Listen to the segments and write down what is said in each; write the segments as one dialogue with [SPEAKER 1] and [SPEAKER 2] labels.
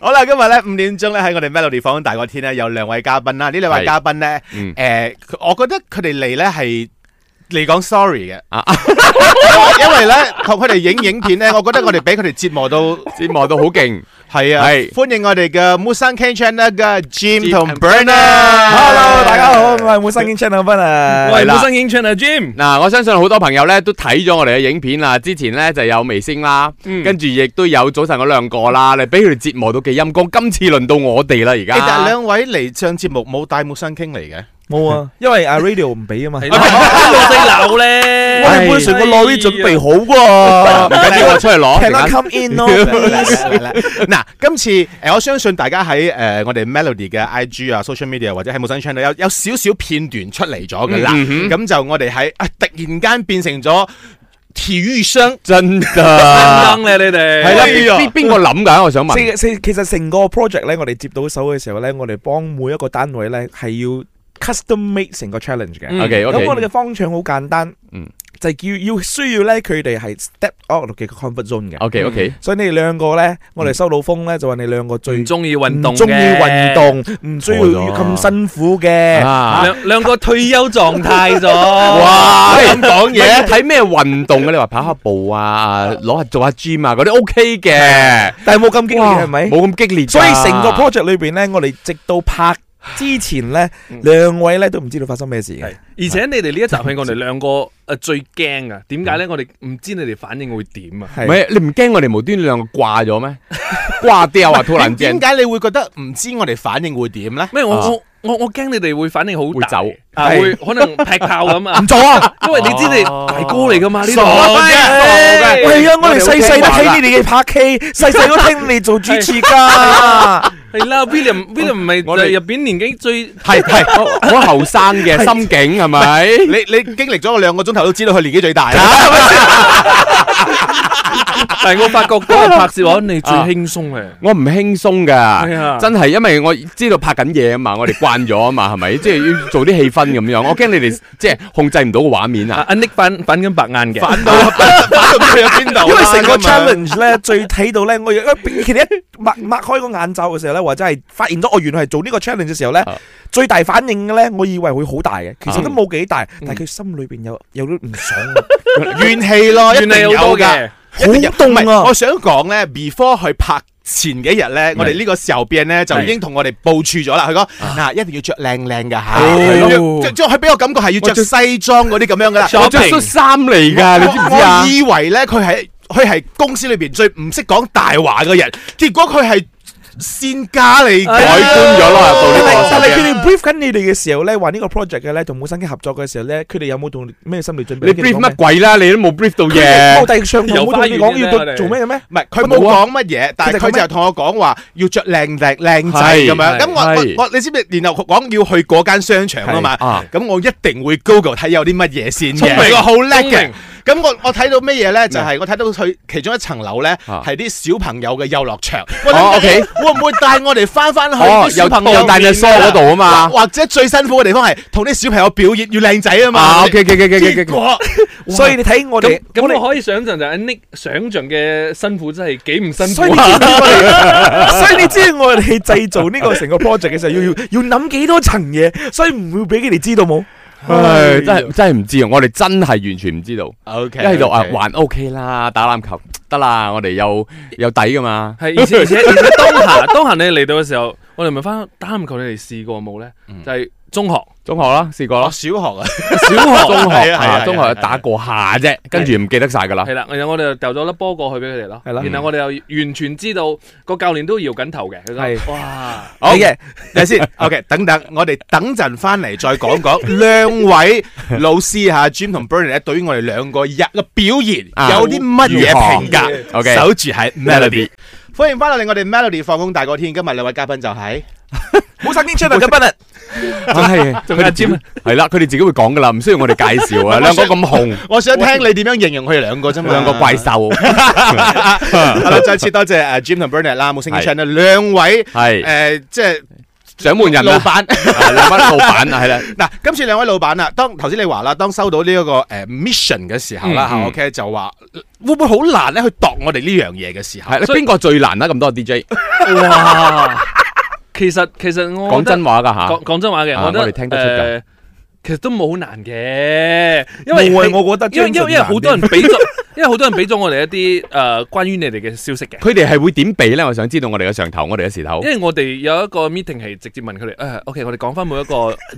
[SPEAKER 1] 好啦，今日咧五點鐘咧喺我哋 Melody 房大過天咧有兩位嘉賓啦，呢兩位
[SPEAKER 2] 係
[SPEAKER 1] 嘉賓咧，
[SPEAKER 2] 嗯
[SPEAKER 1] 诶、佢我覺得佢哋嚟咧係嚟講 sorry 嘅，
[SPEAKER 2] 啊
[SPEAKER 1] 因為咧同佢哋影影片咧，我覺得我哋俾佢哋折磨到
[SPEAKER 2] 折磨到好勁。
[SPEAKER 1] 係啊，
[SPEAKER 2] 係
[SPEAKER 1] 歡迎我哋嘅 Musan Can Channel 嘅 Jim
[SPEAKER 2] Jim
[SPEAKER 1] 同
[SPEAKER 2] and
[SPEAKER 1] Bernard。
[SPEAKER 3] Hello，大家好，我系滿生 Channel 分啊，
[SPEAKER 2] 係啦
[SPEAKER 4] 本身影唱啊 Jim，
[SPEAKER 2] 嗱，我相信好多朋友咧都睇咗我哋嘅影片啦。之前咧就有微星啦，跟住亦都有早晨嗰兩個啦。你俾佢哋折磨到幾陰公，今次輪到我哋啦，而
[SPEAKER 1] 其實
[SPEAKER 2] 家。
[SPEAKER 1] 兩位嚟上節目冇帶 Musan Can 嚟嘅，
[SPEAKER 3] 冇啊，因為阿 Radio 唔俾啊嘛，
[SPEAKER 4] 係啦老細樓咧，
[SPEAKER 3] 我哋本身
[SPEAKER 4] 身
[SPEAKER 3] 個 lorry 準備好
[SPEAKER 2] 唔緊要，我出去攞。
[SPEAKER 3] 喎，Can
[SPEAKER 2] 陣
[SPEAKER 3] I
[SPEAKER 2] 間
[SPEAKER 3] come in 咯
[SPEAKER 1] 嗱，今次誒，我相信大家喺誒我哋 Melody 嘅 IG 啊、social media 或者喺無線 channel 有有少少片段出嚟咗嘅啦。咁就我哋喺啊突然間變成咗體育生，
[SPEAKER 2] 真
[SPEAKER 4] 燈
[SPEAKER 2] 㗎，
[SPEAKER 4] 咧，你哋
[SPEAKER 2] 係啦，
[SPEAKER 1] 哎呀
[SPEAKER 2] 邊邊個諗㗎？我想問。
[SPEAKER 3] 四四其實成個 project 咧，我哋接到手嘅時候咧，我哋幫每一個單位咧係要 custom make 成個 challenge 嘅。
[SPEAKER 4] 嗯
[SPEAKER 2] OK
[SPEAKER 3] 咁我哋
[SPEAKER 2] OK，
[SPEAKER 3] 嘅方向好簡單，
[SPEAKER 2] 嗯
[SPEAKER 3] 就係要要需要咧佢哋係 step out 嘅 comfort zone 嘅。
[SPEAKER 2] OK OK，
[SPEAKER 3] 所以你哋兩個咧，我哋收到風咧就話你兩個最
[SPEAKER 4] 唔中意運動
[SPEAKER 3] 唔
[SPEAKER 4] 嘅
[SPEAKER 3] 中意運，動，唔需要
[SPEAKER 2] 錯咗
[SPEAKER 3] 咁辛苦嘅。
[SPEAKER 2] 啊，
[SPEAKER 4] 兩兩個退休狀態 咗，
[SPEAKER 2] 哇，咁講嘢，睇咩運動啊？你話跑下步啊，攞下做下 gym 啊，嗰啲 OK 嘅，
[SPEAKER 3] 但係冇咁激烈係咪？
[SPEAKER 2] 冇咁激烈㗎。
[SPEAKER 3] 所以成個 project 裏邊咧，我哋直到拍之前咧，
[SPEAKER 2] 嗯
[SPEAKER 3] 兩位咧都唔知道發生咩事嘅。
[SPEAKER 4] 而且你哋呢一集係我哋兩個誒最驚嘅，點解咧？我哋唔知你哋反應會點啊？
[SPEAKER 3] 係
[SPEAKER 2] 唔係，你唔驚我哋無端端兩個掛咗咩？掛掉啊，突然間。
[SPEAKER 1] 點解你會覺得唔知我哋反應會點咧？
[SPEAKER 4] 咩？我
[SPEAKER 2] 啊
[SPEAKER 4] 我我我驚你哋會反應好大
[SPEAKER 2] 會走
[SPEAKER 4] 啊，
[SPEAKER 3] 係
[SPEAKER 4] 會可能劈炮 咁啊
[SPEAKER 3] 唔！做啊！
[SPEAKER 4] 因為你知你大哥嚟噶嘛呢度，
[SPEAKER 1] 傻嘅
[SPEAKER 4] 哎
[SPEAKER 2] 啊傻嘅
[SPEAKER 3] 係啊，我哋細細
[SPEAKER 2] 我
[SPEAKER 3] 都
[SPEAKER 2] 哋好聽話㗎
[SPEAKER 3] 睇你哋拍 K，細細都聽你哋做主持㗎。
[SPEAKER 4] 係啦，William William 唔係
[SPEAKER 2] 我哋
[SPEAKER 4] 入邊年紀最
[SPEAKER 2] 係-係，好-好後生嘅心境，係咪？
[SPEAKER 1] 你你經歷咗我兩個鐘頭都知道佢年紀最大啦。
[SPEAKER 4] 但係我發覺嗰日拍 攝話你最輕鬆嘅，
[SPEAKER 2] 我唔輕鬆㗎，
[SPEAKER 4] 係啊。
[SPEAKER 2] 真係，因為我知道拍緊嘢啊嘛，我哋慣咗啊嘛，係咪？即係要做啲氣氛咁樣，我驚你哋即係控制唔到個畫面啊。
[SPEAKER 4] 阿 Nick 反反緊白眼嘅，
[SPEAKER 1] 反到反到佢去邊度？
[SPEAKER 3] 因為
[SPEAKER 2] 啊
[SPEAKER 3] 成個 challenge 咧，最睇到咧，我其實一擘 擘開個眼罩嘅時候咧，或者係發現咗我原來係做呢個 challenge 嘅時候咧
[SPEAKER 2] 啊，
[SPEAKER 3] 最大反應嘅咧，我以為會好大嘅，其實都
[SPEAKER 2] 嗯
[SPEAKER 3] 冇幾大，但係佢心裏邊有有啲唔爽啊，
[SPEAKER 1] 怨氣咯，一
[SPEAKER 4] 原
[SPEAKER 1] 定
[SPEAKER 4] 嚟好
[SPEAKER 1] 有
[SPEAKER 4] 多
[SPEAKER 1] 㗎。
[SPEAKER 4] 嘅。
[SPEAKER 3] 好凍
[SPEAKER 1] 唔係我
[SPEAKER 3] 啊！
[SPEAKER 1] 想講咧，before 去拍前幾日咧，我哋呢個時候邊咧就已經同我哋部署咗啦。佢講嗱，一定要着靚靚㗎嚇，
[SPEAKER 2] 哦
[SPEAKER 1] 即即佢俾我感覺係要
[SPEAKER 2] 我
[SPEAKER 1] 着
[SPEAKER 2] 着
[SPEAKER 1] 西裝嗰啲咁樣㗎啦。
[SPEAKER 2] 我着恤衫嚟㗎，你知唔知啊？
[SPEAKER 1] 我以為咧佢係佢係公司裏邊最唔識講大話嘅人，結果佢係先加你改觀咗
[SPEAKER 2] 改觀咗咯，
[SPEAKER 1] 咯，
[SPEAKER 2] 入到呢個
[SPEAKER 3] 但係但係佢
[SPEAKER 2] 時候。
[SPEAKER 3] 哋 brief 緊你哋嘅時候咧，話呢個 project 嘅咧，同冇新機合作嘅時候咧，佢哋有冇同咩心理準備？
[SPEAKER 2] 你 brief 乜鬼啦，你都冇brief到嘢。
[SPEAKER 3] 我哋上堂冇同你講要做做咩嘅咩？
[SPEAKER 1] 唔係佢冇
[SPEAKER 2] 佢冇啊
[SPEAKER 1] 講乜嘢，但係佢
[SPEAKER 3] 佢就
[SPEAKER 1] 就同我講話要着靚靚靚仔咁
[SPEAKER 2] 係
[SPEAKER 1] 樣。
[SPEAKER 4] 係
[SPEAKER 1] 咁
[SPEAKER 2] 係
[SPEAKER 1] 我我我你知唔知？然後佢講要去嗰間商場啊嘛。
[SPEAKER 2] 啊，
[SPEAKER 1] 咁我一定會 Google 睇有啲乜嘢先嘅，
[SPEAKER 2] 聰明
[SPEAKER 1] 我好叻
[SPEAKER 4] 聰
[SPEAKER 1] 嘅
[SPEAKER 4] 明。
[SPEAKER 1] 咁我我睇到乜嘢咧？就係我睇到佢其中一層樓咧，
[SPEAKER 2] 啊
[SPEAKER 1] 係啲小朋友嘅遊樂場。
[SPEAKER 2] 哦
[SPEAKER 1] 我諗緊
[SPEAKER 2] OK
[SPEAKER 1] 會唔會帶我哋翻翻去
[SPEAKER 2] 哦，
[SPEAKER 1] 啲小朋友
[SPEAKER 2] 有-有大隻梳嗰度啊嘛。
[SPEAKER 1] 面啊或或者最辛苦嘅地方係同啲小朋友表演要靚仔啊
[SPEAKER 2] À,
[SPEAKER 1] 嘛。
[SPEAKER 2] 啊，OK，OK，OK，OK，OK。
[SPEAKER 1] 結果
[SPEAKER 3] 所以你睇我哋我
[SPEAKER 4] 咁，咁
[SPEAKER 3] 哋
[SPEAKER 4] 我可以想象就係阿 Nick 想象嘅辛苦真係幾唔辛
[SPEAKER 3] 所以
[SPEAKER 4] 苦
[SPEAKER 3] 你
[SPEAKER 4] 啊！
[SPEAKER 3] 知我哋，所以你知我哋製造呢個成個 project 嘅時候，要要要諗幾多層嘢，所以唔會俾佢哋知道冇。
[SPEAKER 2] 唉，真係真係唔知啊！我哋真係完全唔知道，
[SPEAKER 1] OK，
[SPEAKER 2] 一喺度啊，還 "À, OK 啦，打籃球得啦，我哋有有底噶嘛。
[SPEAKER 4] 係而且而且而且當下當下你嚟到嘅時候，我哋咪翻打籃球，你哋試過冇咧？就係中學、
[SPEAKER 2] 中學啦，試過
[SPEAKER 1] 我
[SPEAKER 2] 啦，
[SPEAKER 1] 小學啊，
[SPEAKER 4] 小學
[SPEAKER 2] 中學
[SPEAKER 1] 係啊係啊係啊
[SPEAKER 2] 啊，中學打過下啫，跟住唔記得晒噶啦
[SPEAKER 4] 係。啦，然後我哋就掉咗粒波過去俾佢哋咯。
[SPEAKER 3] 係啦
[SPEAKER 4] 然後我哋又完全知道個教練都搖緊頭嘅。佢
[SPEAKER 3] 係
[SPEAKER 4] 講：哇，
[SPEAKER 2] 好
[SPEAKER 3] 係嘅，
[SPEAKER 1] 等陣 先，OK，等等，我哋等陣翻嚟再講講兩位老師嚇 Jim 同 Bernie 咧，對於我哋兩個日嘅表現
[SPEAKER 2] 啊
[SPEAKER 1] 有啲乜嘢評價
[SPEAKER 2] 如何？OK
[SPEAKER 1] 守住喺 Melody。歡迎翻到嚟我哋 Melody 放工大過天，今日兩位嘉賓就係
[SPEAKER 3] 冇生經出嚟嘅不
[SPEAKER 2] 唉，
[SPEAKER 4] 仲
[SPEAKER 2] 佢哋
[SPEAKER 4] 有阿
[SPEAKER 2] 自己
[SPEAKER 4] Jim
[SPEAKER 2] 係啦，佢哋自己會講噶啦，唔需要我哋介紹啊。兩個咁紅，
[SPEAKER 1] 我想聽你點樣形容佢哋兩個啫嘛，
[SPEAKER 2] 兩個怪。 獸，
[SPEAKER 1] 好啦，再次多謝誒 Jim 同啊 Bernie 啦，冇聲音
[SPEAKER 2] 係
[SPEAKER 1] channel 兩位
[SPEAKER 2] 係
[SPEAKER 1] 誒，即係
[SPEAKER 2] 掌門人
[SPEAKER 1] 老
[SPEAKER 2] 啊，
[SPEAKER 1] 闆。
[SPEAKER 2] 啊兩班老闆啊，係啦，
[SPEAKER 1] 嗱，今次兩位老闆啦，當頭先你話啦，當收到呢、一個诶 mission 嘅時候啦、
[SPEAKER 2] 嗯嗯
[SPEAKER 1] o k 就話會唔會好難咧去度我哋呢樣嘢嘅時候？
[SPEAKER 2] 係啦，邊個最難啊？咁多 DJ，
[SPEAKER 4] 哇！其實其實我
[SPEAKER 2] 講
[SPEAKER 4] 覺得
[SPEAKER 2] 真話㗎吓，
[SPEAKER 4] 講講真話嘅，
[SPEAKER 2] 啊
[SPEAKER 4] 我覺
[SPEAKER 2] 我哋
[SPEAKER 4] 得
[SPEAKER 2] 聽得出㗎
[SPEAKER 4] 誒其實都冇好難嘅，因為
[SPEAKER 3] 因為
[SPEAKER 4] 你
[SPEAKER 3] 我覺得
[SPEAKER 4] 因為因為因為好多人
[SPEAKER 3] 人
[SPEAKER 4] 俾咗，因為好多人俾咗我哋一啲誒關於你哋嘅消息嘅。
[SPEAKER 2] 佢哋係會點俾咧？我想知道我哋嘅上頭，我哋嘅時頭
[SPEAKER 4] 因。為我哋有一個 meeting 係直接問佢哋，誒、o k 我哋講翻每 一個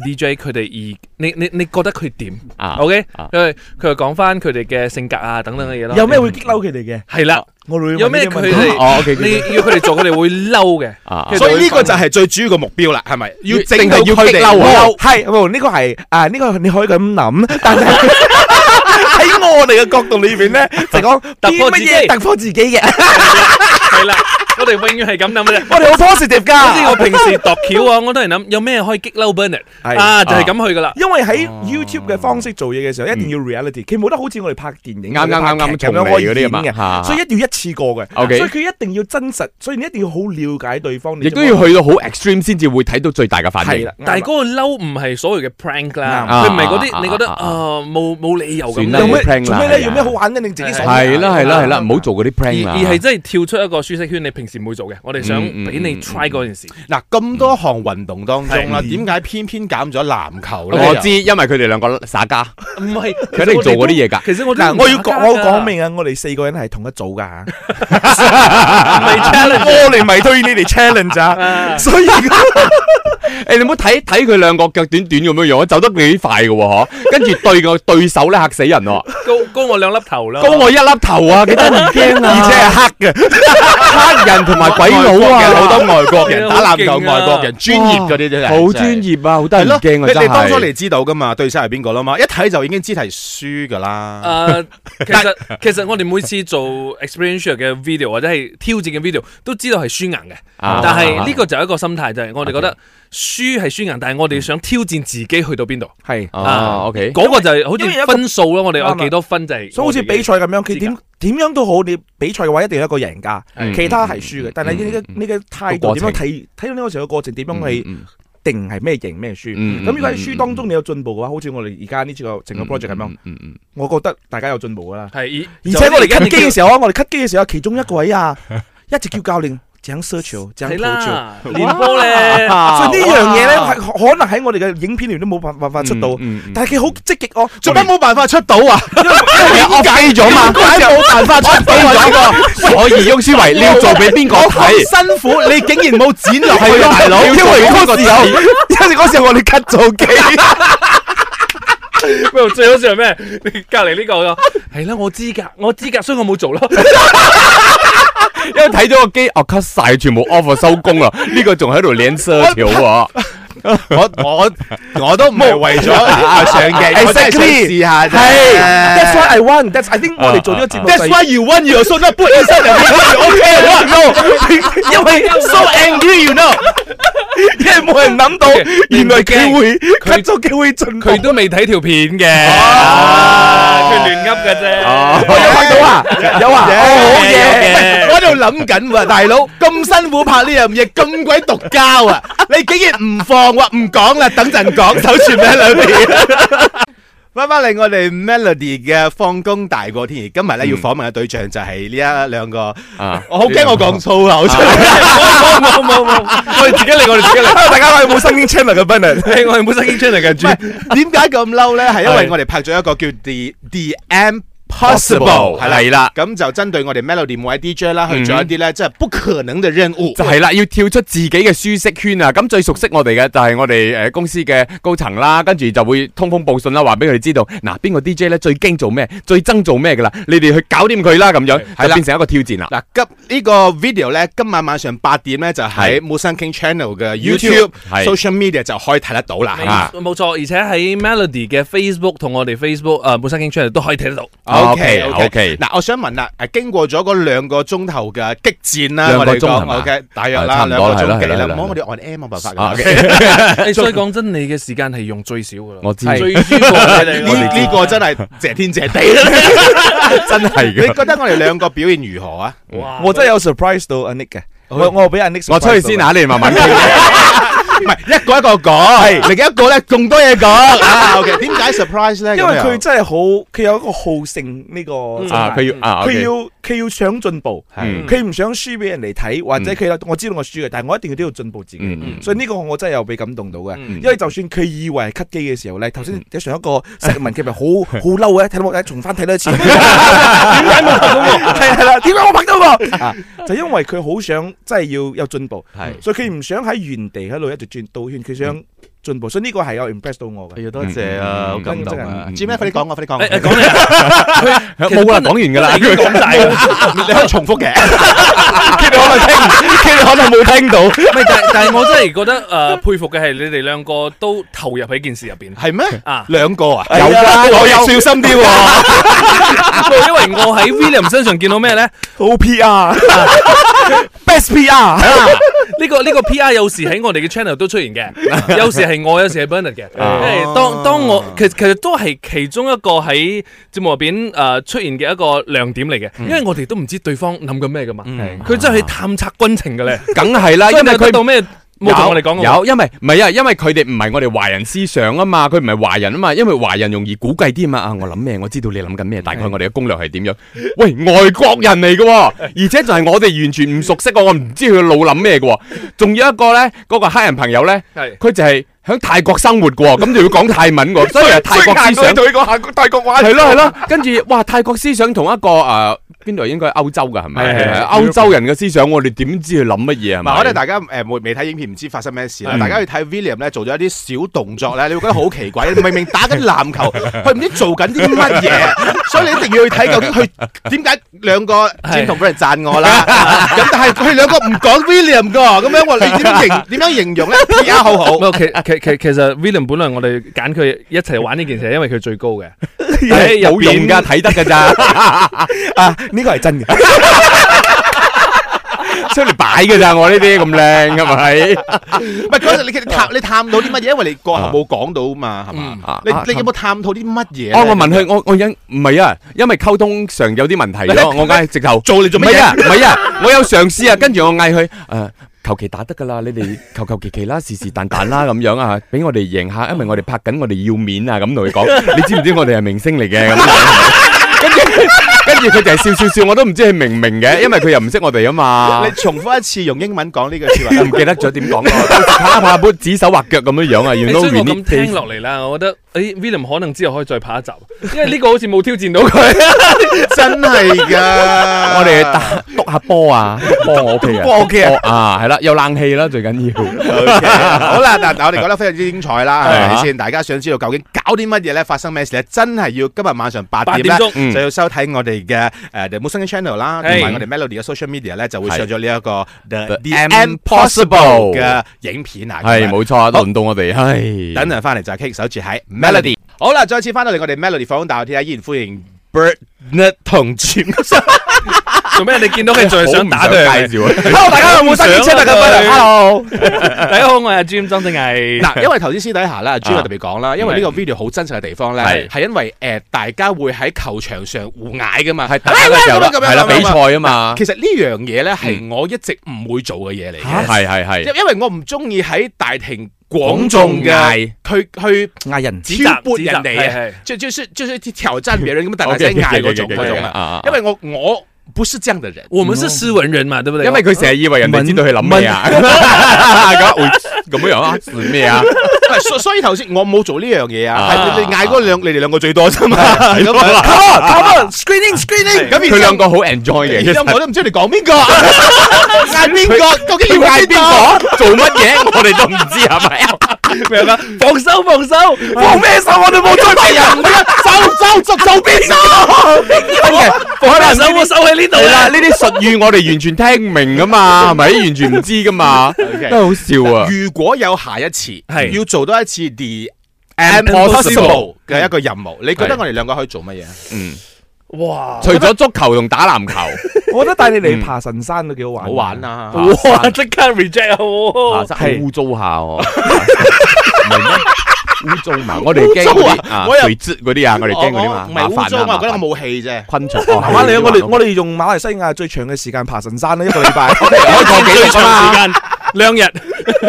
[SPEAKER 4] DJ 佢哋而你你你覺得佢點
[SPEAKER 2] 啊
[SPEAKER 4] ？OK，
[SPEAKER 2] 啊
[SPEAKER 4] 佢哋佢哋講翻佢哋嘅性格啊等等嘅嘢咯。
[SPEAKER 3] 有咩會激嬲佢哋嘅？
[SPEAKER 4] 係啦，
[SPEAKER 3] 我會問
[SPEAKER 4] 有咩
[SPEAKER 3] 呢啲問
[SPEAKER 4] 佢
[SPEAKER 3] 題
[SPEAKER 4] 哋
[SPEAKER 2] 哦，OK，
[SPEAKER 4] 你要佢哋做，佢哋會嬲 嘅。
[SPEAKER 2] 啊
[SPEAKER 4] 其，實
[SPEAKER 1] 所以呢個就係最主要嘅目標啦，係咪？要整到
[SPEAKER 2] 定係要
[SPEAKER 1] 佢
[SPEAKER 2] 激
[SPEAKER 1] 哋
[SPEAKER 2] 嬲啊
[SPEAKER 1] 嬲
[SPEAKER 3] 係喎，呢個係啊，呢個你可以咁諗， 但係喺我哋嘅角度裏邊咧，就講
[SPEAKER 4] 突破
[SPEAKER 3] 啲
[SPEAKER 4] 自己
[SPEAKER 3] 乜嘢突破自己嘅，
[SPEAKER 4] 係啦，我哋永遠係咁諗嘅啫。
[SPEAKER 3] 我哋好 positive
[SPEAKER 4] 好似我
[SPEAKER 3] 噶。
[SPEAKER 4] 平時度橋啊，我都係諗有咩可以激嬲 Bernard
[SPEAKER 3] 係
[SPEAKER 4] 啊，就係咁去噶啦。
[SPEAKER 3] 因為喺 YouTube 嘅方式做嘢嘅時候，一定要 reality，佢冇得好似我哋拍電影、
[SPEAKER 2] 啱啱啱啱
[SPEAKER 3] 咁
[SPEAKER 2] 重
[SPEAKER 3] 樣
[SPEAKER 2] 嚟
[SPEAKER 3] 可以
[SPEAKER 2] 嗰啲啊
[SPEAKER 3] 演
[SPEAKER 2] 嘛
[SPEAKER 3] 嘅，
[SPEAKER 2] 嚇，
[SPEAKER 3] 所以一定要一次過嘅。
[SPEAKER 2] OK
[SPEAKER 3] 所以佢一定要真實，所以你一定要好了解對方，你
[SPEAKER 2] 亦都要去到好 extreme 先至會睇到最大嘅反
[SPEAKER 3] 係
[SPEAKER 2] 應
[SPEAKER 3] 啦。。
[SPEAKER 4] 但係嗰個嬲唔係所謂嘅 prank 啦，
[SPEAKER 2] 啱
[SPEAKER 4] 佢唔係
[SPEAKER 2] 啊
[SPEAKER 4] 嗰
[SPEAKER 2] 啊
[SPEAKER 4] 啲你覺得
[SPEAKER 2] 啊啊
[SPEAKER 4] 啊冇冇理由咁
[SPEAKER 2] 算
[SPEAKER 3] 啱
[SPEAKER 2] 啦
[SPEAKER 3] 有
[SPEAKER 4] 嬲
[SPEAKER 2] 你
[SPEAKER 3] 咩
[SPEAKER 2] prank
[SPEAKER 3] 做
[SPEAKER 2] 啦
[SPEAKER 3] 咩
[SPEAKER 2] 係
[SPEAKER 3] 咧？
[SPEAKER 2] 啊
[SPEAKER 3] 有咩好玩咧？你自己想
[SPEAKER 2] 係啦係啦
[SPEAKER 3] À.
[SPEAKER 2] 係啦，唔好做嗰啲
[SPEAKER 4] 而
[SPEAKER 2] prank 啊啦。
[SPEAKER 4] 而係真係跳出一個舒適圈，你平時唔會做嘅。我哋想
[SPEAKER 2] 嗯嗯
[SPEAKER 4] 俾你
[SPEAKER 2] 嗯
[SPEAKER 4] try 嗰件事，
[SPEAKER 1] 嗱，咁多項運動當中啦，
[SPEAKER 3] 係
[SPEAKER 1] 點解偏偏減咗籃球咧？
[SPEAKER 2] 我知，因為佢哋兩個耍家，
[SPEAKER 4] 唔係
[SPEAKER 2] 佢一定做嗰啲嘢㗎。
[SPEAKER 4] 其實我
[SPEAKER 3] 嗱，我要講，我講，明啊，我哋四個人係同一 組噶，
[SPEAKER 4] 係 challenge
[SPEAKER 3] 我哋咪推你哋 challenge 啊，所以
[SPEAKER 2] 誒，你唔好睇睇佢兩個腳短短咁樣樣，走得幾快嘅喎，嗬。跟住對個 對手咧嚇死人喎，
[SPEAKER 1] 啊
[SPEAKER 4] 高高我兩粒頭啦，
[SPEAKER 2] 高我一粒頭 啊，幾得人驚啊！
[SPEAKER 3] 而且係黑嘅，
[SPEAKER 2] 黑人同埋鬼
[SPEAKER 1] 外
[SPEAKER 2] 佬
[SPEAKER 1] 國人好
[SPEAKER 2] 啊，
[SPEAKER 1] 多外國人
[SPEAKER 4] 係啊
[SPEAKER 1] 打籃球，
[SPEAKER 4] 好勁啊
[SPEAKER 1] 外國人專業嗰啲真係
[SPEAKER 2] 好專。業啊，好得
[SPEAKER 1] 係
[SPEAKER 2] 人
[SPEAKER 1] 咯，
[SPEAKER 2] 驚啊！
[SPEAKER 1] 你
[SPEAKER 2] 真
[SPEAKER 1] 你當初
[SPEAKER 2] 係
[SPEAKER 1] 你知道噶嘛？對手係邊個啦嘛？一睇就已經知係輸噶啦。
[SPEAKER 4] 誒，啊其實其實我哋每次做 experiential 嘅 video 或者係挑戰嘅 video 都知道係輸硬嘅，
[SPEAKER 2] 啊
[SPEAKER 4] 但係呢個就係一個心態，就係我哋覺
[SPEAKER 3] 啊
[SPEAKER 4] 得輸係輸硬，但係我哋想挑戰自己去到邊度，
[SPEAKER 3] 係，
[SPEAKER 2] 哦
[SPEAKER 4] 啊
[SPEAKER 2] ，OK，
[SPEAKER 4] 嗰個就係好
[SPEAKER 3] 嗯因為有一
[SPEAKER 4] 似
[SPEAKER 3] 個
[SPEAKER 4] 分數啦，我哋
[SPEAKER 3] 啱啊
[SPEAKER 4] 有幾多分就係我哋嘅，
[SPEAKER 3] 所以好似比賽咁樣，佢點點樣都好，你比賽嘅話一定有一個贏家，
[SPEAKER 2] 嗯
[SPEAKER 3] 其他係輸嘅
[SPEAKER 2] 嗯，
[SPEAKER 3] 但係你嘅
[SPEAKER 2] 嗯嗯
[SPEAKER 3] 你嘅態
[SPEAKER 2] 個過
[SPEAKER 3] 度點
[SPEAKER 2] 程
[SPEAKER 3] 樣睇睇到呢個時候嘅過程點樣去
[SPEAKER 2] 嗯
[SPEAKER 3] 定係咩贏咩輸？
[SPEAKER 2] 嗯
[SPEAKER 3] 咁如果喺輸當中你有進步嘅話，好似我哋而家呢次個整個 project 咁樣，，
[SPEAKER 2] 嗯嗯嗯
[SPEAKER 3] 我覺得大家有進步噶啦。
[SPEAKER 4] 係
[SPEAKER 3] 而且我哋 cut 機嘅
[SPEAKER 4] 時
[SPEAKER 3] 時候啊，我哋 cut 機嘅時候，其中一個 位啊，一直叫教練整 search，整
[SPEAKER 4] 係
[SPEAKER 3] p
[SPEAKER 4] 啦，練波咧。
[SPEAKER 2] 啊
[SPEAKER 3] 所以呢樣嘢咧，係可能喺我哋嘅影片裏面都冇辦辦法出到，
[SPEAKER 2] 嗯嗯嗯
[SPEAKER 3] 但係佢好積極哦。
[SPEAKER 1] 做乜冇辦法出到啊？
[SPEAKER 2] 解咗嘛，冇辦法出到所以翁舒維你要做俾邊個睇？
[SPEAKER 1] 辛苦，你竟然冇剪落去，大佬。
[SPEAKER 2] 因為嗰個時候，因為嗰時候我哋 cut 咗機，
[SPEAKER 4] 喂，最好笑係 咩？你隔離呢個係啦，我知㗎，我知㗎，所以我冇做 咯。
[SPEAKER 2] 因為睇咗個機，我 cut 晒，全部 off 啊收工啦。呢個仲喺度攣絲條喎，
[SPEAKER 1] 我我我都唔係為咗啊上鏡，我真係想
[SPEAKER 3] Exactly
[SPEAKER 1] 試下啫。
[SPEAKER 3] 係，that's why I won。That's I think 我哋做呢個節目就
[SPEAKER 1] That's
[SPEAKER 3] 係
[SPEAKER 1] why you won your son 一杯起身就 OK
[SPEAKER 3] 因為 so angry，you know，因為冇人諗到
[SPEAKER 4] Okay，
[SPEAKER 3] 原來
[SPEAKER 4] 你
[SPEAKER 3] 佢
[SPEAKER 4] 唔
[SPEAKER 3] 會 cut 咗機會進步。
[SPEAKER 4] 佢都未睇條片嘅，
[SPEAKER 3] À.
[SPEAKER 2] 哦
[SPEAKER 4] 啊佢亂噏嘅
[SPEAKER 2] 啊哦
[SPEAKER 4] 啫。
[SPEAKER 3] 我有睇到啊，有啊，哦好嘢。
[SPEAKER 1] 我喺度諗緊喎，大佬咁辛苦拍呢樣嘢，咁鬼毒膠
[SPEAKER 3] à.
[SPEAKER 1] 啊！你竟然唔放喎，唔講啦，等陣講，手傳俾兩邊。翻返嚟我哋 Melody 嘅放工大過天，今日咧要訪問嘅對象就係呢一兩個，
[SPEAKER 2] 啊
[SPEAKER 1] 嗯我好驚我講粗口出嚟。
[SPEAKER 4] 冇冇冇冇，我哋自己嚟，我哋自己嚟。
[SPEAKER 3] 大家好，有冇新經 channel 嘅 Bernard？
[SPEAKER 4] 係我係冇新經出嚟嘅
[SPEAKER 1] 唔係點解咁嬲 咧？係因為我哋拍咗一個叫 The The M。Possible 係啦，嗯
[SPEAKER 2] 係啦，
[SPEAKER 1] 咁就針對我哋 Melody 每位 DJ 啦，去做一啲咧，即係不可能嘅任務。
[SPEAKER 2] 就係啦，要跳出自己嘅舒適圈啊！咁最熟悉我哋嘅就係我哋誒公司嘅高層啦，跟住就會通風報信啦，話俾佢哋知道，嗱邊個 DJ 咧最驚做咩，最憎做咩噶啦，你哋去搞掂佢啦，咁樣
[SPEAKER 1] 係
[SPEAKER 2] 就
[SPEAKER 1] 啦
[SPEAKER 2] 變成一個挑戰啦。
[SPEAKER 1] 嗱，今呢個 video 咧，今晚晚上八點咧就喺 Musan King Channel 嘅
[SPEAKER 2] YouTube，
[SPEAKER 1] YouTube、
[SPEAKER 2] 係
[SPEAKER 1] social media 就可以睇得到啦。係嘛
[SPEAKER 2] 啊
[SPEAKER 4] 冇錯，而且喺 Melody 嘅 Facebook 同我哋 Facebook 誒本身經出嚟都可以睇得到。
[SPEAKER 2] OK，OK
[SPEAKER 1] 嗱，我想問啦，誒經過咗嗰兩個鐘頭嘅激戰啦，
[SPEAKER 2] 兩
[SPEAKER 1] 我
[SPEAKER 2] 個
[SPEAKER 1] 哋
[SPEAKER 2] 鐘係嘛
[SPEAKER 1] 講 OK，大約
[SPEAKER 2] 啊差
[SPEAKER 1] 啦
[SPEAKER 2] 唔多
[SPEAKER 1] 兩個鐘幾
[SPEAKER 2] 係啦係
[SPEAKER 1] 啦，
[SPEAKER 2] 啦
[SPEAKER 1] 唔好我哋 on air 冇 辦法
[SPEAKER 2] 啊
[SPEAKER 1] 㗎。
[SPEAKER 2] ，OK，
[SPEAKER 4] 誒所以講真，你嘅時間係用最少噶啦。
[SPEAKER 2] 我知
[SPEAKER 4] 最舒服嘅你
[SPEAKER 1] 呢
[SPEAKER 4] 我哋
[SPEAKER 1] 呢個真係謝天謝地啦！
[SPEAKER 2] 真係
[SPEAKER 1] 你
[SPEAKER 2] 嘅。
[SPEAKER 1] 覺得我哋兩個表現如何啊？
[SPEAKER 4] 哇
[SPEAKER 3] 我真係有 surprise 到阿 Nick 嘅，我我俾阿 Nick。
[SPEAKER 2] 我出去先。啊，你哋慢慢傾。
[SPEAKER 1] 唔係一個一個講，另一個咧仲多嘢講啊。OK，點解 surprise 咧？
[SPEAKER 3] 因為
[SPEAKER 1] 咁樣
[SPEAKER 3] 佢真係好，佢有一個好勝呢個精神
[SPEAKER 2] 啊，佢要啊，
[SPEAKER 3] 佢
[SPEAKER 2] OK
[SPEAKER 3] 要佢要想進步，
[SPEAKER 2] 嗯
[SPEAKER 3] 佢唔想輸俾人哋睇，或者
[SPEAKER 2] 嗯
[SPEAKER 3] 佢有我知道我輸嘅，但係我一定要都要進步自己。
[SPEAKER 2] 嗯
[SPEAKER 3] 所以呢個我真係有被感動到嘅，
[SPEAKER 4] 嗯
[SPEAKER 3] 因為就算佢以為係 cut 機嘅時候咧，頭先有上一個石文佢咪好好嬲嘅，睇到我哎重翻睇多一次， 點解冇拍到我？係係啦，點解我拍到我？啊就因為佢好想真係要有進步，
[SPEAKER 2] 係
[SPEAKER 3] 所以佢唔想喺原地喺度一直轉倒圈，佢想進步，所以呢個係有 impress 到我嘅。
[SPEAKER 1] 要多謝啊，好感動啊！Jim 咧，快啲講啊，快啲講。
[SPEAKER 4] 誒誒講你啊，
[SPEAKER 2] 冇啦，講完噶 啦，
[SPEAKER 4] 已經講晒啦。
[SPEAKER 1] 你可以重複嘅。
[SPEAKER 2] 佢哋可能聽唔，佢哋可能冇聽到。
[SPEAKER 4] 唔係，但係但係我真係覺得誒佩服嘅係你哋兩個都投入喺件事入 邊。
[SPEAKER 1] 係咩？
[SPEAKER 4] 啊，
[SPEAKER 1] 兩個啊？
[SPEAKER 2] 有㗎
[SPEAKER 1] 我要小心 啲喎。
[SPEAKER 4] 因為我喺 William 身上見到咩咧？
[SPEAKER 3] 好 PR，best PR，
[SPEAKER 4] 呢個呢個 P.R. 有時喺我哋嘅 channel 都出 現嘅，有時係我，有時係 Bernard 嘅。
[SPEAKER 2] 啊
[SPEAKER 4] 因為當當我其實其實都係其中一個喺節目入邊誒出現嘅一個亮點嚟嘅，
[SPEAKER 2] 嗯
[SPEAKER 4] 因為我哋都唔知對方諗緊咩噶嘛，佢真係探測軍情嘅咧，
[SPEAKER 2] 梗嗯係啊啦，因
[SPEAKER 4] 所
[SPEAKER 2] 為
[SPEAKER 4] 以咪得
[SPEAKER 2] 佢
[SPEAKER 4] 到咩冇同我哋講過
[SPEAKER 2] 有，因為唔係啊，因為佢哋唔係我哋華人思想啊嘛，佢唔係華人啊嘛，因為華人容易估計啲啊嘛。啊，我諗咩，我知道你諗緊咩，大概我哋嘅攻略係點樣。喂，外國人嚟嘅喎，而且就係我哋完全唔熟悉嘅，我唔知佢嘅腦諗咩嘅喎。仲有一個咧，嗰個黑人朋友咧，
[SPEAKER 4] 係
[SPEAKER 2] 佢就係喺泰國生活嘅喎，咁就要講泰文喎，所以係泰國思想。
[SPEAKER 3] 佢
[SPEAKER 1] à,
[SPEAKER 3] 講下泰國話
[SPEAKER 2] 係咯係咯，跟住哇，泰國思想同一個誒邊度應該係歐洲噶係咪？
[SPEAKER 3] 係係
[SPEAKER 2] 係
[SPEAKER 3] 係
[SPEAKER 2] 歐洲人嘅思想，我哋點知佢諗乜嘢係
[SPEAKER 1] 唔
[SPEAKER 2] 咪？
[SPEAKER 1] 係，我哋大家誒未未睇影片，唔知發生咩事啦。
[SPEAKER 2] 嗯
[SPEAKER 1] 大家去睇 William 咧，做咗一啲小動作咧，你會覺得好奇怪。明明打緊籃球，佢唔知做緊啲乜嘢，所以你一定要去睇究竟佢點解兩個
[SPEAKER 4] 係
[SPEAKER 1] Jim 同 Brian 讚我啦。咁但係佢兩個唔講 William 噶，咁樣我你點樣形點樣形容咧？PR 好好
[SPEAKER 4] 唔。係啊其其其其實 William 本來我哋揀佢一齊玩呢件事，係因為佢最高 嘅，但係入
[SPEAKER 2] 冇用
[SPEAKER 4] 邊
[SPEAKER 2] 噶，睇得噶咋，
[SPEAKER 3] 啊，呢個係真嘅。
[SPEAKER 2] 出嚟擺噶咋，我呢啲咁靚係咪？
[SPEAKER 1] 唔係嗰陣你你探你探到啲乜嘢？因為你過後冇講到嘛，係嘛？
[SPEAKER 2] 啊
[SPEAKER 1] 你
[SPEAKER 2] 啊
[SPEAKER 1] 你有冇探討啲乜嘢呢？
[SPEAKER 2] 哦，我問佢，我我因唔係啊，因為溝通上有啲問題咯，我梗係直頭
[SPEAKER 1] 做你做
[SPEAKER 2] 唔
[SPEAKER 1] 乜
[SPEAKER 2] 係
[SPEAKER 1] 嘢
[SPEAKER 2] 啊，？唔係啊，我有嘗試啊，跟住我嗌佢誒。求其打得噶啦，你哋求求其其啦，是是但但啦咁樣啊，俾我哋贏下，因為我哋拍緊，我哋要面啊咁同佢講，你知唔知我哋係明星嚟嘅咁樣？跟住跟住佢就係笑笑笑，我都唔知佢明唔明嘅，因為佢又唔識我哋啊嘛
[SPEAKER 1] 你，重複一次用英文講呢句 説話。
[SPEAKER 2] 唔記得咗點講咯，到時拍一拍杯指手畫腳咁樣樣啊，原
[SPEAKER 4] 誒
[SPEAKER 2] 來
[SPEAKER 4] 所以我咁聽落嚟啦，我覺得誒 William 可能之後可以再拍一集，因為呢個好似冇挑戰到 佢。
[SPEAKER 1] 真係噶，
[SPEAKER 2] 我哋打督下波啊，波我屋企人，
[SPEAKER 1] 波我屋企人
[SPEAKER 2] 啊，系啦，有冷氣啦，最緊要。
[SPEAKER 1] OK，好啦，嗱，嗱我哋講得非常之精彩啦，
[SPEAKER 2] 係啊
[SPEAKER 1] 係咪先？大家想知道究竟搞啲乜嘢咧？發生咩事咧？真係要今日晚上八
[SPEAKER 4] 八
[SPEAKER 1] 點
[SPEAKER 4] 點
[SPEAKER 1] 咧，
[SPEAKER 4] 鐘
[SPEAKER 2] 嗯
[SPEAKER 1] 就要收睇我哋嘅誒 The m u s i c Channel 啦，同
[SPEAKER 4] 係
[SPEAKER 1] 埋我哋 Melody 嘅 social media 咧，就會
[SPEAKER 2] 係
[SPEAKER 1] 上咗呢一個 The
[SPEAKER 2] The
[SPEAKER 1] M Possible
[SPEAKER 2] Impossible
[SPEAKER 1] 嘅影片啊。咁
[SPEAKER 2] 係
[SPEAKER 1] 樣
[SPEAKER 2] 冇錯，輪到我哋，係
[SPEAKER 1] 等陣翻嚟就係 K 守住喺 Melody。好啦，再次翻到嚟我哋 Melody 放工大學啊天下，依然歡迎 Bernard 同 Jim。
[SPEAKER 4] 做咩？你見到佢仲係想打佢係 咪？
[SPEAKER 2] 介紹
[SPEAKER 3] Hello，大家好，我新年車特 嘅 b Hello，
[SPEAKER 4] 大家好，我係阿 Jim 曾正毅。
[SPEAKER 1] 嗱，因為頭先私底下啦，朱
[SPEAKER 2] 啊
[SPEAKER 1] 又特別講啦，因為呢個 video 好真實嘅地方咧，
[SPEAKER 2] 係
[SPEAKER 1] 係因為誒大家會喺球場上互嗌噶嘛，
[SPEAKER 2] 係打嘅時候啦，
[SPEAKER 1] 咁樣
[SPEAKER 2] 係啦，
[SPEAKER 1] 咁樣
[SPEAKER 2] 比賽啊嗯嘛，
[SPEAKER 1] 其實呢樣嘢咧係我一直唔會做嘅嘢嚟嘅，
[SPEAKER 2] 係係係，
[SPEAKER 1] 因因為我唔中意喺大庭廣眾嘅
[SPEAKER 2] 嗌
[SPEAKER 1] 去去
[SPEAKER 3] 嗌人
[SPEAKER 4] 指責
[SPEAKER 1] 挑撥人哋
[SPEAKER 4] 指責係
[SPEAKER 1] 啊
[SPEAKER 4] 係，
[SPEAKER 1] 就就是就是挑戰別人咁，但係真係嗌嗰種嗰種啊，
[SPEAKER 2] 啊，
[SPEAKER 1] 因為我我不是這樣的人。
[SPEAKER 4] 我們是斯文人嘛，對不對？
[SPEAKER 2] 因為佢成日以為人哋知道佢諗咩啊， 咁會咁樣啊，算 咩啊？
[SPEAKER 1] 唔係所所以頭先我冇做呢樣嘢啊，
[SPEAKER 2] 啊
[SPEAKER 1] 係你你嗌嗰兩你哋兩個最多啫嘛， 咁樣
[SPEAKER 3] ，Come on，Screening Screening，
[SPEAKER 1] 咁
[SPEAKER 2] 佢
[SPEAKER 1] 然之後
[SPEAKER 2] 兩個好 enjoy 嘅，其
[SPEAKER 1] 然之後
[SPEAKER 2] 實
[SPEAKER 1] 我都唔知你講邊個，嗌邊個，究竟要嗌
[SPEAKER 2] 嗌
[SPEAKER 1] 邊個？
[SPEAKER 2] 邊個做乜嘢，我哋都唔知係咪啊？
[SPEAKER 4] 放手放手，
[SPEAKER 3] 放咩手我都冇再俾人，走走走走邊手？
[SPEAKER 2] 真嘅，可能
[SPEAKER 4] 放手我手喺呢度
[SPEAKER 2] 系啦，
[SPEAKER 4] 啦。
[SPEAKER 2] 呢啲術語我哋完全聽唔明噶嘛，係咪？完全唔知噶嘛，真係好笑啊！
[SPEAKER 1] 如果有下一次，
[SPEAKER 4] 係
[SPEAKER 1] 要做多一次 the
[SPEAKER 2] Impossible
[SPEAKER 1] impossible 嘅一個任務，你覺得我哋兩個可以做乜嘢？
[SPEAKER 2] 嗯，
[SPEAKER 4] 哇！
[SPEAKER 2] 除咗足球同打籃球，
[SPEAKER 3] 我覺得帶你嚟爬神山都幾好玩，
[SPEAKER 1] 好玩啊！
[SPEAKER 4] 哇！即刻 reject 啊我。
[SPEAKER 2] 爬
[SPEAKER 3] 係
[SPEAKER 2] 污糟下喎，唔係咩污糟嘛？我哋驚嗰啲啊，
[SPEAKER 1] 我又
[SPEAKER 2] 肥質嗰啲啊，我哋驚嗰啲嘛，
[SPEAKER 1] 唔
[SPEAKER 2] 麻
[SPEAKER 1] 係污
[SPEAKER 2] 煩
[SPEAKER 1] 糟
[SPEAKER 2] 啊，
[SPEAKER 1] 啊，
[SPEAKER 2] 麻
[SPEAKER 1] 我覺得我
[SPEAKER 2] 煩
[SPEAKER 1] 冇氣啫。
[SPEAKER 2] 昆蟲。
[SPEAKER 3] 麻
[SPEAKER 2] 麻
[SPEAKER 3] 煩你，我哋我哋 用馬來西亞最長嘅時間爬神山啦，一個禮拜。
[SPEAKER 2] 哋開過幾日啊嘛？
[SPEAKER 4] 兩日，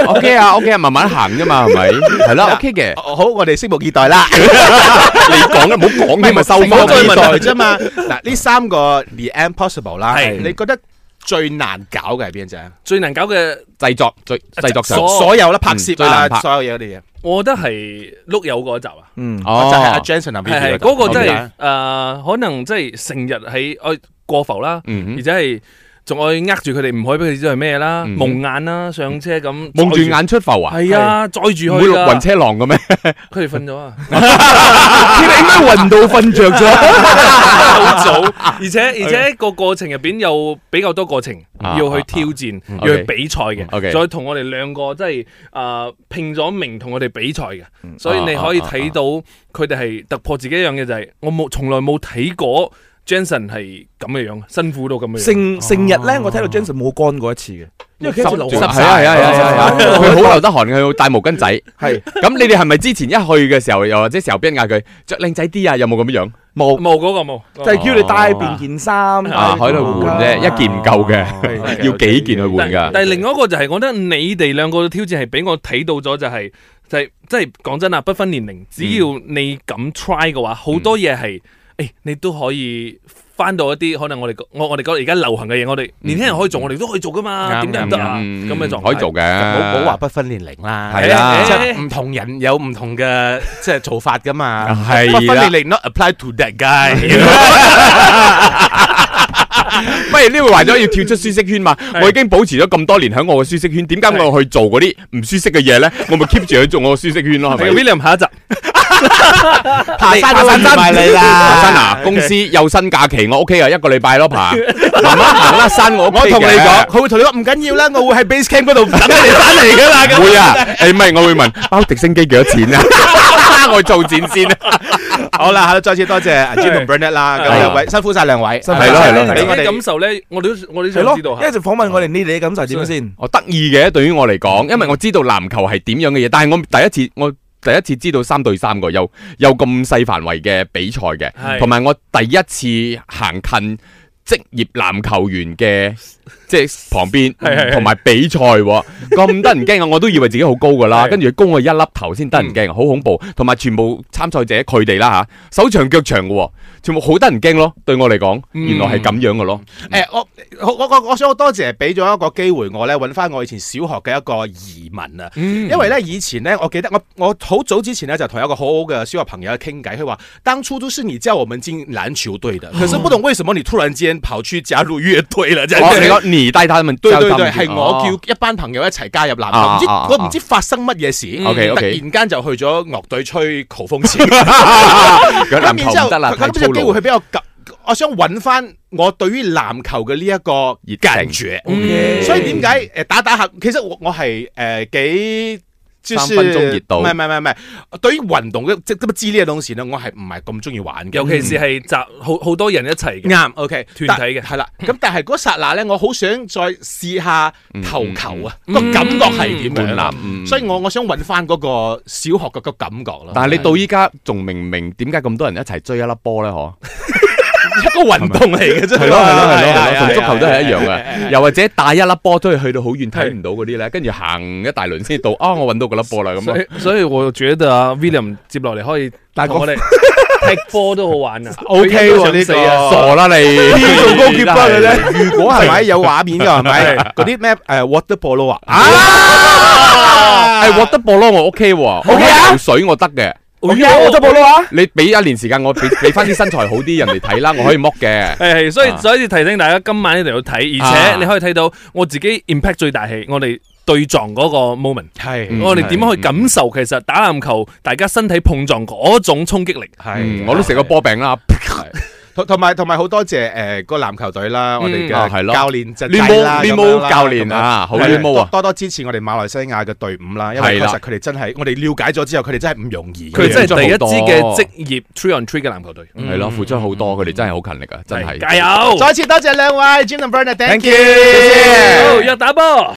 [SPEAKER 2] OK 啊，OK 啊，慢慢行啫嘛，係咪？係啦，OK 嘅。
[SPEAKER 1] 好，我哋拭目以待啦。
[SPEAKER 2] 你講啦，唔好講添啊，收
[SPEAKER 1] 唔
[SPEAKER 2] 翻
[SPEAKER 1] 好再
[SPEAKER 2] 呢
[SPEAKER 1] 問
[SPEAKER 2] 代
[SPEAKER 1] 題啫嘛。嗱，呢三個 The End Possible 啦，
[SPEAKER 4] 係
[SPEAKER 1] 你覺得最難搞嘅係邊只？
[SPEAKER 4] 最難搞嘅，
[SPEAKER 2] 製作最製作上
[SPEAKER 4] 所。哦
[SPEAKER 1] 所有啦，拍
[SPEAKER 2] 嗯最
[SPEAKER 1] 攝
[SPEAKER 2] 難
[SPEAKER 1] 啊，
[SPEAKER 2] 拍
[SPEAKER 1] 所有嘢嗰啲嘢，
[SPEAKER 4] 我覺得係碌友嗰一集啊。
[SPEAKER 3] 嗯，
[SPEAKER 1] 就係阿
[SPEAKER 2] 哦，
[SPEAKER 1] Jensen 同 Vivi
[SPEAKER 4] 係係嗰個真
[SPEAKER 2] 啊
[SPEAKER 4] 係誒，可能真係成日喺誒過浮啦，
[SPEAKER 2] 嗯
[SPEAKER 4] 而且係仲愛呃住佢哋，唔可以俾佢知係咩啦，
[SPEAKER 2] 嗯
[SPEAKER 4] 蒙眼啦，上車咁
[SPEAKER 2] 蒙住，眼出埠啊，
[SPEAKER 4] 係啊，載住
[SPEAKER 2] 唔會
[SPEAKER 4] 佢
[SPEAKER 2] 綠
[SPEAKER 4] 㗎
[SPEAKER 2] 雲，車浪嘅咩？
[SPEAKER 4] 佢哋瞓咗啊，
[SPEAKER 2] 佢哋應該暈到瞓着咗。
[SPEAKER 4] 好 早，而且而且個過程入邊有比較多過程
[SPEAKER 2] 啊
[SPEAKER 4] 要去挑戰，
[SPEAKER 2] 啊
[SPEAKER 4] 要去
[SPEAKER 2] OK
[SPEAKER 4] 比賽嘅，
[SPEAKER 2] OK
[SPEAKER 4] 再同我哋兩個即係誒拼咗名同我哋比賽嘅，所以你可以睇到佢哋係突破自己一樣嘢，就係我冇從來冇睇過 Jensen 係咁嘅樣，辛苦到咁嘅樣。
[SPEAKER 3] 成成日咧，我睇到 Jensen 冇乾過一次嘅，因為佢一直流
[SPEAKER 2] 係
[SPEAKER 3] 汗
[SPEAKER 2] 啊係啊係啊係啊！
[SPEAKER 3] 濕
[SPEAKER 2] 佢好流得汗，佢帶毛巾仔。
[SPEAKER 3] 係
[SPEAKER 2] 咁你哋係咪之前一去嘅時候，又或者時候俾人嗌佢着靚仔啲啊？有冇咁樣？
[SPEAKER 3] 冇，
[SPEAKER 4] 冇嗰個冇，
[SPEAKER 3] 就係叫你帶便件衫
[SPEAKER 2] 啊，喺度換啫，一件唔夠嘅，
[SPEAKER 3] 係
[SPEAKER 2] 要幾件去換
[SPEAKER 4] 但
[SPEAKER 2] 㗎。
[SPEAKER 4] 但係另外一個就係，我覺得你哋兩個嘅挑戰係俾我睇到咗，就係就係即係講真啊，不分年齡，只
[SPEAKER 2] 嗯
[SPEAKER 4] 要你敢 try 嘅話，好多嘢係誒你都可以。翻到一啲可能我哋我我哋覺得而家流行嘅嘢，
[SPEAKER 2] 嗯
[SPEAKER 4] 我哋年輕人可以做，我哋都可以做噶嘛，點解唔得啊？咁嘅狀態
[SPEAKER 2] 可以做嘅，
[SPEAKER 1] 唔好唔好話不分年齡啦，
[SPEAKER 2] 係啦
[SPEAKER 1] 即係唔同人有唔同嘅即係做法噶嘛，
[SPEAKER 2] 係啦
[SPEAKER 1] 不分年齡 not apply to that guy。
[SPEAKER 4] 啊
[SPEAKER 2] 不如呢個為咗要跳出舒適圈嘛，我已經保持咗咁多年喺我嘅舒適圈，點解我去做嗰啲唔舒適嘅嘢咧？我咪 keep 住去做我嘅舒適圈咯， 係咪？
[SPEAKER 4] William 下一集
[SPEAKER 1] 爬山都唔埋你
[SPEAKER 2] 爬山
[SPEAKER 1] 啦，
[SPEAKER 2] 啊，公司有薪假期，我 OK 啊，一個禮拜咯爬，慢慢行啦，山我 OK
[SPEAKER 1] 我
[SPEAKER 2] 嘅
[SPEAKER 1] 同你講，佢會同你講唔緊要啦，我會喺 base camp 嗰度等你哋翻嚟噶啦。咁
[SPEAKER 2] 會啊，誒唔係，我會問包直升機幾多錢啊？我做展先啊，
[SPEAKER 1] 好啦，好再次多謝阿 Jim 同 Bernard 啦，咁
[SPEAKER 2] 係
[SPEAKER 1] 兩位辛苦晒兩位，
[SPEAKER 3] 辛
[SPEAKER 2] 苦晒係咯係咯
[SPEAKER 1] 俾
[SPEAKER 4] 你
[SPEAKER 1] 我
[SPEAKER 4] 嘅感
[SPEAKER 1] 哋
[SPEAKER 4] 受咧，我哋都我哋
[SPEAKER 3] 係
[SPEAKER 4] 都想
[SPEAKER 3] 咯，
[SPEAKER 4] 知道
[SPEAKER 3] 一
[SPEAKER 4] 下。
[SPEAKER 3] 直訪問我哋，你哋嘅感受係點先？
[SPEAKER 2] 哦我得意嘅，對於我嚟講，因為我知道籃球係點樣嘅嘢，但係我第一次我。第一次知道三對三個有有咁細範圍嘅比賽嘅，
[SPEAKER 4] 係
[SPEAKER 2] 同埋我第一次行近職業籃球員嘅即係旁邊，同埋比賽喎咁得人驚啊！我都以為自己好高噶啦，
[SPEAKER 4] 係
[SPEAKER 2] 跟住高我一粒頭先得人驚，好恐怖。同埋全部參賽者佢哋啦吓，手長腳長嘅喎，全部好得人驚咯。對我嚟講，
[SPEAKER 4] 嗯
[SPEAKER 2] 原來係咁樣嘅咯。
[SPEAKER 1] 誒我我我我想多謝俾咗一個機會我咧，揾翻我以前小學嘅一個移民啊。
[SPEAKER 4] 嗯
[SPEAKER 1] 因為咧以前咧，我記得我我好早之前咧就同一個好好嘅小學朋友傾偈，佢話當初都是你叫我們進籃球隊
[SPEAKER 2] 哦
[SPEAKER 1] 的，可是不懂為什麼你突然間跑去加入樂隊了，這樣
[SPEAKER 2] 我哦
[SPEAKER 1] 子。
[SPEAKER 2] 你講你帶他們
[SPEAKER 1] 對
[SPEAKER 2] 交
[SPEAKER 1] 對
[SPEAKER 2] 心
[SPEAKER 1] 對，
[SPEAKER 2] 啲
[SPEAKER 1] 係我叫一班朋友一齊加入籃球，
[SPEAKER 2] 啊
[SPEAKER 1] 唔知
[SPEAKER 2] 哦啊啊
[SPEAKER 1] 我唔知發生乜嘢事，突
[SPEAKER 2] OK，OK
[SPEAKER 1] 然間就去咗樂隊 吹球風前。咁然
[SPEAKER 2] 咁籃球
[SPEAKER 1] 之後，
[SPEAKER 2] 唔得啦，
[SPEAKER 1] 佢
[SPEAKER 2] 太
[SPEAKER 1] 咁就
[SPEAKER 2] 粗
[SPEAKER 1] 機
[SPEAKER 2] 魯
[SPEAKER 1] 會佢。比較及，我想揾翻我對於籃球嘅呢一個感覺。
[SPEAKER 4] 嗯
[SPEAKER 1] 所以點解誒打打下，其實我我係誒幾。就是
[SPEAKER 2] 三分鐘熱度
[SPEAKER 1] 唔係唔係唔係，對於運動嘅即係咁知呢個東西咧，我係唔係咁中意玩嘅。
[SPEAKER 4] 尤其是係集好好多人一齊嘅，
[SPEAKER 1] 啱，OK，
[SPEAKER 4] 團體嘅
[SPEAKER 1] 係啦。咁但係嗰剎那咧，我好想再試下投球啊，
[SPEAKER 4] 嗯
[SPEAKER 1] 個感覺係點樣啊
[SPEAKER 2] 門檻嗯？
[SPEAKER 1] 所以我我想揾翻嗰個小學嘅個感覺咯。
[SPEAKER 2] 但係你到依家仲明唔明點解咁多人一齊追一粒波咧？嗬，
[SPEAKER 1] 一個運動嚟嘅啫嘛，
[SPEAKER 2] 係咯係咯係
[SPEAKER 1] 係
[SPEAKER 2] 咯
[SPEAKER 1] 啊
[SPEAKER 2] 係咯，同足球都係一樣。
[SPEAKER 1] 係啊係啊
[SPEAKER 2] 嘅。又或者帶一粒波都係去到好遠睇唔到嗰啲咧，跟住行一大輪先到啊！我揾到嗰粒波啦咁
[SPEAKER 4] 所
[SPEAKER 2] 咯。
[SPEAKER 4] 以所以我覺得啊，William 接落嚟可以
[SPEAKER 3] 但係
[SPEAKER 4] 同
[SPEAKER 3] 個
[SPEAKER 4] 我哋踢波都好玩啊。
[SPEAKER 1] O K 喎呢個
[SPEAKER 2] 傻啦你，
[SPEAKER 1] 做
[SPEAKER 3] à.
[SPEAKER 1] 高結巴嘅
[SPEAKER 2] 真係
[SPEAKER 1] 啫。如果係咪有畫面嘅係咪？嗰啲咩誒 water polo 啊？
[SPEAKER 2] À! 啊！係獲得波咯，我 OK 喎，OK à?
[SPEAKER 3] 啊
[SPEAKER 2] 游水我得嘅。
[SPEAKER 3] 我得冇啦啊！
[SPEAKER 2] 你俾一年時間我，俾俾翻啲身材好啲人嚟睇啦，我可以剝嘅。
[SPEAKER 4] 係係，所以
[SPEAKER 2] 啊
[SPEAKER 4] 所以提醒大家今晚一定要睇，而
[SPEAKER 2] 啊
[SPEAKER 4] 且你可以睇到我自己 impact 最大係我哋對撞嗰個 moment，
[SPEAKER 1] 係
[SPEAKER 2] 嗯
[SPEAKER 4] 我哋點樣去感受其實打籃球大家身體碰撞嗰種衝擊力。
[SPEAKER 2] 嗯，我都食過。波餅啦，
[SPEAKER 1] 同同埋同埋好多謝誒個籃球隊啦，我哋
[SPEAKER 4] 嗯
[SPEAKER 2] 啊係
[SPEAKER 1] 嘅
[SPEAKER 2] 咯
[SPEAKER 1] 教練就
[SPEAKER 2] 亂
[SPEAKER 1] 計啦
[SPEAKER 2] 毛亂
[SPEAKER 1] 咁樣啦
[SPEAKER 2] 毛教練
[SPEAKER 1] 咁樣
[SPEAKER 2] 啊，好
[SPEAKER 1] 係
[SPEAKER 2] 亂毛啊！
[SPEAKER 1] 多多多支持我哋馬來西亞嘅隊伍啦，因為
[SPEAKER 2] 係啦
[SPEAKER 1] 確實佢哋真係我哋了解咗之後，佢哋真係唔容易嘅。
[SPEAKER 4] 佢真係第一
[SPEAKER 2] 贏咗好
[SPEAKER 4] 支
[SPEAKER 2] 多
[SPEAKER 4] 嘅職業 three on three 嘅籃球隊，
[SPEAKER 1] 嗯
[SPEAKER 2] 系咯，付出好多，佢哋真係好勤力啊，真係
[SPEAKER 4] 係。加油！
[SPEAKER 1] 再次多謝兩位 Jim 同 Bernard，thank you。
[SPEAKER 4] 好，約打波。